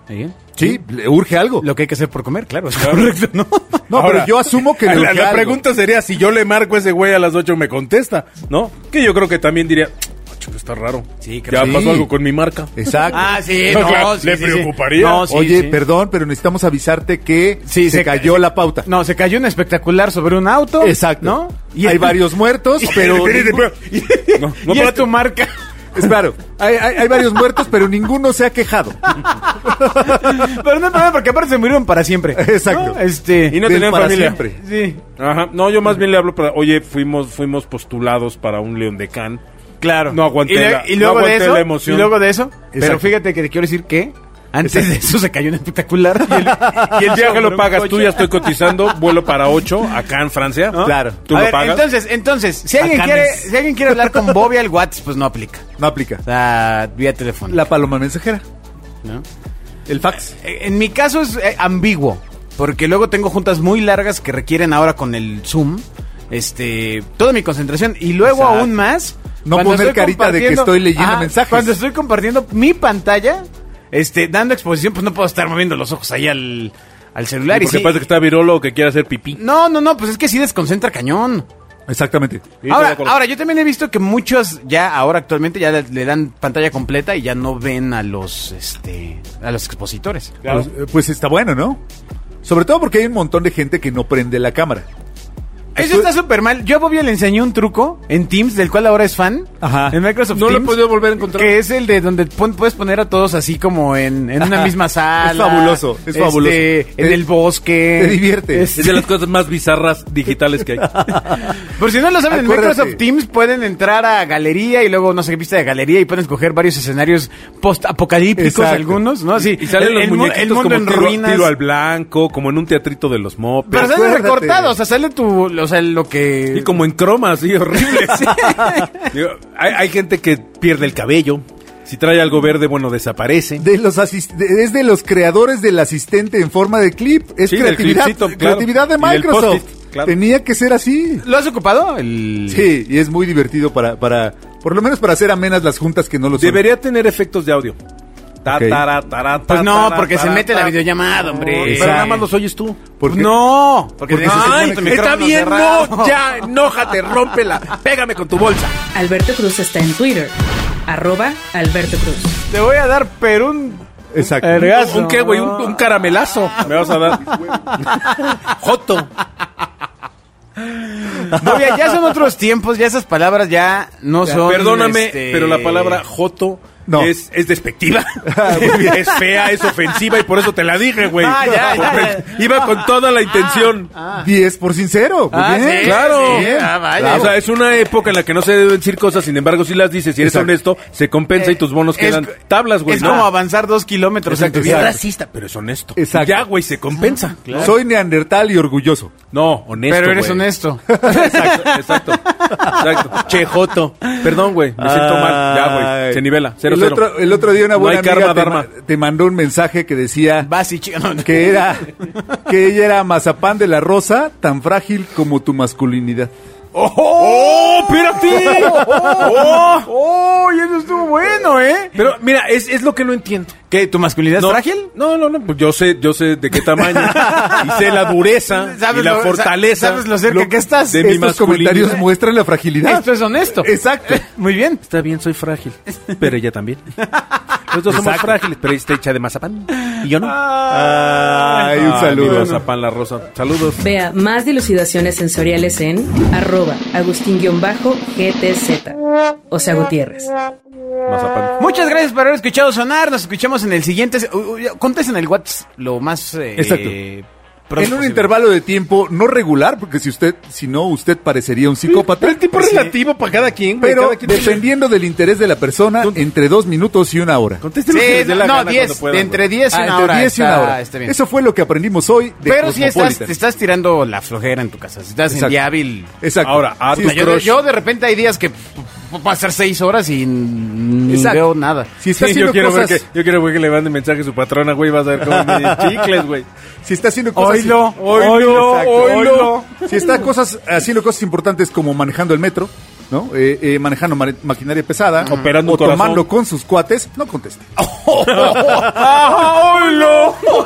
Speaker 2: ¿Sí?
Speaker 4: Sí, le urge algo.
Speaker 2: Lo que hay que hacer por comer, claro. es correcto, ¿no?
Speaker 4: No,
Speaker 3: Ahora,
Speaker 4: pero yo asumo que le urge
Speaker 3: La, la
Speaker 4: algo.
Speaker 3: pregunta sería si yo le marco a ese güey a las 8 me contesta, ¿no? Que yo creo que también diría, "Ah, chico, está raro.
Speaker 2: Sí, creo
Speaker 3: ya
Speaker 4: que sí.
Speaker 3: pasó algo con mi marca.
Speaker 4: Exacto.
Speaker 2: Ah, sí,
Speaker 3: No, claro, le preocuparía.
Speaker 2: No, sí,
Speaker 4: oye,
Speaker 2: sí.
Speaker 4: perdón, pero necesitamos avisarte que
Speaker 2: Sí,
Speaker 4: se,
Speaker 2: se ca-
Speaker 4: cayó la pauta.
Speaker 2: No, se cayó un espectacular sobre un auto.
Speaker 4: Exacto.
Speaker 2: ¿No?
Speaker 4: hay
Speaker 2: el-
Speaker 4: varios muertos, pero.
Speaker 3: No, no,
Speaker 2: y es
Speaker 3: espérate.
Speaker 2: tu marca.
Speaker 4: Es claro, hay, hay- hay varios muertos, pero ninguno se ha quejado.
Speaker 2: Pero no hay problema, porque aparte se murieron para siempre.
Speaker 4: Exacto.
Speaker 2: ¿No? Este.
Speaker 3: Y no
Speaker 4: Del
Speaker 3: tenían
Speaker 4: para
Speaker 3: familia.
Speaker 4: siempre.
Speaker 2: Sí.
Speaker 3: Ajá. No, yo más bien le hablo para, oye, fuimos, fuimos postulados para un León de Can.
Speaker 2: Claro.
Speaker 3: No aguanté
Speaker 2: Y, le-
Speaker 3: la-
Speaker 2: y luego
Speaker 3: no
Speaker 2: de
Speaker 3: aguanté
Speaker 2: eso,
Speaker 3: la emoción.
Speaker 2: Y luego de eso. Pero
Speaker 4: Exacto.
Speaker 2: fíjate que te quiero decir que antes
Speaker 4: Exacto.
Speaker 2: de eso se cayó un espectacular. Y el,
Speaker 3: Y el viaje
Speaker 2: sobre un
Speaker 3: lo pagas tú,
Speaker 2: coche.
Speaker 3: ya estoy cotizando, vuelo para 8 acá en Francia.
Speaker 2: ¿no?
Speaker 4: Claro.
Speaker 3: ¿Tú
Speaker 2: A
Speaker 3: lo
Speaker 2: ver,
Speaker 3: pagas?
Speaker 2: Entonces, entonces, si alguien, quiere,
Speaker 4: Bacanes.
Speaker 2: si alguien quiere hablar con Bobby al WhatsApp, pues no aplica.
Speaker 4: No aplica.
Speaker 2: O sea, vía teléfono.
Speaker 4: La paloma mensajera.
Speaker 2: ¿no?
Speaker 4: El fax.
Speaker 2: Eh, En mi caso es eh, ambiguo, porque luego tengo juntas muy largas que requieren ahora con el Zoom, este, toda mi concentración y luego
Speaker 4: Exacto.
Speaker 2: aún más
Speaker 4: No
Speaker 2: cuando
Speaker 4: poner
Speaker 2: estoy
Speaker 4: carita de que
Speaker 2: compartiendo-
Speaker 4: estoy leyendo mensajes.
Speaker 2: Cuando estoy compartiendo mi pantalla, este, dando exposición, pues no puedo estar moviendo los ojos ahí al, al celular y
Speaker 3: porque
Speaker 2: sí-
Speaker 3: pasa que está virolo que quiere hacer pipí.
Speaker 2: No, no, no, pues es que sí desconcentra cañón.
Speaker 4: Exactamente.
Speaker 2: Ahora,
Speaker 3: Sí, estoy de acuerdo.
Speaker 2: ahora, yo también he visto que muchos ya ahora actualmente ya le, le dan pantalla completa y ya no ven a los este a los expositores.
Speaker 3: Claro.
Speaker 4: Pues, eh, pues está bueno, ¿no? Sobre todo porque hay un montón de gente que no prende la cámara.
Speaker 2: Eso está súper mal. Yo a Bobby le enseñé un truco en Teams, del cual ahora es fan.
Speaker 4: Ajá.
Speaker 2: En Microsoft
Speaker 3: No lo he
Speaker 2: Teams.
Speaker 3: podido volver a encontrar.
Speaker 2: Que es el de donde pon- puedes poner a todos así como en, en una
Speaker 4: Ajá.
Speaker 2: misma
Speaker 4: Es
Speaker 2: sala.
Speaker 4: fabuloso, es
Speaker 2: este,
Speaker 4: fabuloso.
Speaker 2: En
Speaker 4: Te-
Speaker 2: el bosque.
Speaker 4: te divierte.
Speaker 2: Este,
Speaker 3: Es de las cosas más bizarras digitales que hay.
Speaker 2: Por si no lo saben, en
Speaker 4: Acuérdate.
Speaker 2: Microsoft Teams pueden entrar a galería y luego, no sé qué pista de galería y pueden escoger varios escenarios post-apocalípticos
Speaker 4: Exacto.
Speaker 2: algunos, ¿no? Así,
Speaker 3: Y salen
Speaker 2: el-
Speaker 3: los
Speaker 2: el mu-
Speaker 3: muñequitos
Speaker 2: el mundo
Speaker 3: como
Speaker 2: en
Speaker 3: tiro,
Speaker 2: ruinas.
Speaker 3: tiro al blanco, como en un teatrito de los mopes.
Speaker 2: pero sale
Speaker 4: Acuérdate.
Speaker 2: recortado, o sea, sale tu, o sea, lo que...
Speaker 3: Y como en croma, así horrible. Digo, hay, hay gente que pierde el cabello. Si trae algo verde, bueno, desaparece.
Speaker 4: De los asis- de- es de los creadores del asistente en forma de clip. Es
Speaker 3: Sí, del
Speaker 4: creatividad,
Speaker 3: clipcito, claro.
Speaker 4: creatividad de
Speaker 3: Y del
Speaker 4: Microsoft.
Speaker 3: post-it, claro.
Speaker 4: Tenía que ser así.
Speaker 2: ¿Lo has ocupado? El...
Speaker 4: Sí, y es muy divertido para, para, por lo menos para hacer amenas las juntas que no lo son.
Speaker 3: Debería tener efectos de audio. Ta,
Speaker 4: Ok.
Speaker 3: tara, tara, ta,
Speaker 2: Pues no,
Speaker 3: tara,
Speaker 2: porque se
Speaker 3: tara,
Speaker 2: mete la
Speaker 3: tara.
Speaker 2: videollamada, hombre. pues
Speaker 3: Pero nada más los oyes tú.
Speaker 4: ¿Por qué?
Speaker 2: No, porque,
Speaker 4: Porque
Speaker 2: no,
Speaker 4: se supone
Speaker 2: ay,
Speaker 4: que-
Speaker 2: tu
Speaker 3: Está
Speaker 2: micrófono
Speaker 3: bien,
Speaker 2: cerrado.
Speaker 3: no, ya, enójate, rómpela, pégame con tu bolsa.
Speaker 1: Alberto Cruz está en Twitter, arroba Alberto Cruz.
Speaker 2: Te voy a dar Perún.
Speaker 4: Exacto.
Speaker 3: Eh,
Speaker 2: Ergazo.
Speaker 3: ¿Un qué, güey? Un, un caramelazo. Me vas a dar. Joto.
Speaker 2: No, ya, ya son otros tiempos, ya esas palabras ya no son...
Speaker 3: Perdóname,
Speaker 2: este,
Speaker 3: pero la palabra joto
Speaker 4: No.
Speaker 3: es, es despectiva. es fea, es ofensiva y por eso te la dije, güey.
Speaker 2: Ah, ya, ya,
Speaker 3: Me- Iba con toda la intención.
Speaker 4: 10 por sincero. Muy
Speaker 2: Ah,
Speaker 4: bien.
Speaker 2: sí,
Speaker 3: claro.
Speaker 2: sí, ah, vaya.
Speaker 3: O sea, es una época en la que no se deben decir cosas, sin embargo, si las dices, si eres
Speaker 4: Exacto.
Speaker 3: honesto, se compensa y tus bonos
Speaker 2: Es-
Speaker 3: quedan tablas, güey.
Speaker 2: Es
Speaker 3: ¿no?
Speaker 2: como avanzar dos kilómetros en tu
Speaker 3: Exacto, es
Speaker 2: vida.
Speaker 3: racista, Ah, pero es honesto.
Speaker 4: Exacto.
Speaker 3: Ya, güey, se compensa.
Speaker 4: Soy neandertal y orgulloso.
Speaker 3: No, honesto.
Speaker 2: Pero eres
Speaker 3: güey.
Speaker 2: honesto.
Speaker 3: Exacto, exacto. exacto. Che, Joto. Perdón, güey. Me siento mal. Ya, güey.
Speaker 4: Ay.
Speaker 3: Se nivela. Cero,
Speaker 4: el,
Speaker 3: cero.
Speaker 4: Otro, el otro día una
Speaker 3: No
Speaker 4: buena
Speaker 3: hay
Speaker 4: amiga
Speaker 3: karma,
Speaker 4: te,
Speaker 3: dharma.
Speaker 4: ma- te mandó un mensaje que decía
Speaker 2: Vas y chico. no, no.
Speaker 4: que era que ella era mazapán de la rosa, tan frágil como tu masculinidad.
Speaker 3: ¡Oh! ¡Oh, espérate! ¡Oh!
Speaker 2: ¡Oh! Y eso estuvo bueno, ¿eh?
Speaker 3: Pero mira, es, es lo que no entiendo.
Speaker 2: ¿Qué? ¿Tu masculinidad es
Speaker 3: no,
Speaker 2: frágil?
Speaker 3: No, no, no. pues Yo sé, yo sé de qué tamaño. y sé la dureza y
Speaker 2: ¿Sabes
Speaker 3: la
Speaker 2: lo- sa-
Speaker 3: fortaleza.
Speaker 2: sabes lo cerca que estás?
Speaker 3: De mi
Speaker 4: Estos
Speaker 3: masculinidad.
Speaker 4: comentarios muestran la fragilidad.
Speaker 2: Esto es honesto.
Speaker 4: Exacto.
Speaker 2: Muy bien.
Speaker 3: Está bien, soy frágil. Pero ella también. Los dos somos frágiles, pero ella está hecha de mazapán. Y yo no.
Speaker 4: Ay, un
Speaker 3: Ah, mi
Speaker 4: saludo.
Speaker 3: mazapán, la rosa. Saludos.
Speaker 1: Vea más dilucidaciones sensoriales en arroba agustín-gtz. O sea, Gutiérrez.
Speaker 3: Mazapán.
Speaker 2: Muchas gracias por haber escuchado sonar. Nos escuchamos en el siguiente. u- u- Contesten el WhatsApp lo más. eh,
Speaker 4: Exacto.
Speaker 2: pronto
Speaker 4: en un
Speaker 2: posible.
Speaker 4: intervalo de tiempo no regular, porque si usted, si no, usted parecería un psicópata.
Speaker 3: Pero el tipo relativo para cada quien, güey.
Speaker 4: Pero
Speaker 3: Cada quien tiene-
Speaker 4: dependiendo del interés de la persona, entre dos minutos y una hora.
Speaker 3: Contesten lo que
Speaker 2: Sí,
Speaker 3: Este les dé la
Speaker 2: no,
Speaker 3: gana cuando
Speaker 2: 10.
Speaker 3: puedan,
Speaker 2: de
Speaker 3: güey.
Speaker 2: entre 10 y
Speaker 4: Ah,
Speaker 2: una
Speaker 4: entre
Speaker 2: hora.
Speaker 4: 10 y una
Speaker 2: está-
Speaker 4: hora.
Speaker 2: está bien.
Speaker 4: Eso fue lo que aprendimos hoy de
Speaker 2: Pero si estás,
Speaker 4: Cosmopolitan.
Speaker 2: te estás tirando la flojera en tu casa. Si estás
Speaker 4: Exacto.
Speaker 2: en diábil.
Speaker 4: Exacto.
Speaker 3: Ahora, a
Speaker 2: O
Speaker 3: tu
Speaker 2: sea, yo,
Speaker 3: crush.
Speaker 2: yo de repente hay días que p- p- pasar 6 horas y n- ni
Speaker 4: Exacto.
Speaker 2: veo nada.
Speaker 4: Si está
Speaker 3: Sí, yo
Speaker 4: haciendo
Speaker 3: quiero, ver
Speaker 4: cosas,
Speaker 3: que, yo quiero ver que le mande mensaje a su patrona, güey. Vas a ver cómo me chicles, güey.
Speaker 4: si está haciendo cosas,
Speaker 2: Oílo,
Speaker 4: Oílo,
Speaker 2: oílo,
Speaker 4: exacto,
Speaker 2: oílo.
Speaker 4: oílo. Si está cosas haciendo cosas importantes como manejando el metro, ¿no? Eh, eh, manejando ma- maquinaria pesada,
Speaker 3: Operando
Speaker 4: o
Speaker 3: un corazón.
Speaker 4: tomando con sus cuates, no conteste.
Speaker 3: ¡Oilo!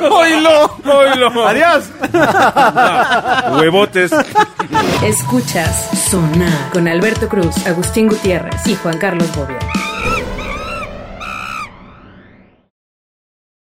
Speaker 3: ¡Oilo! ¡Oilo!
Speaker 2: Adiós.
Speaker 3: Huevotes.
Speaker 1: Escuchas Sonar con Alberto Cruz, Agustín Gutiérrez y Juan Carlos Bobia.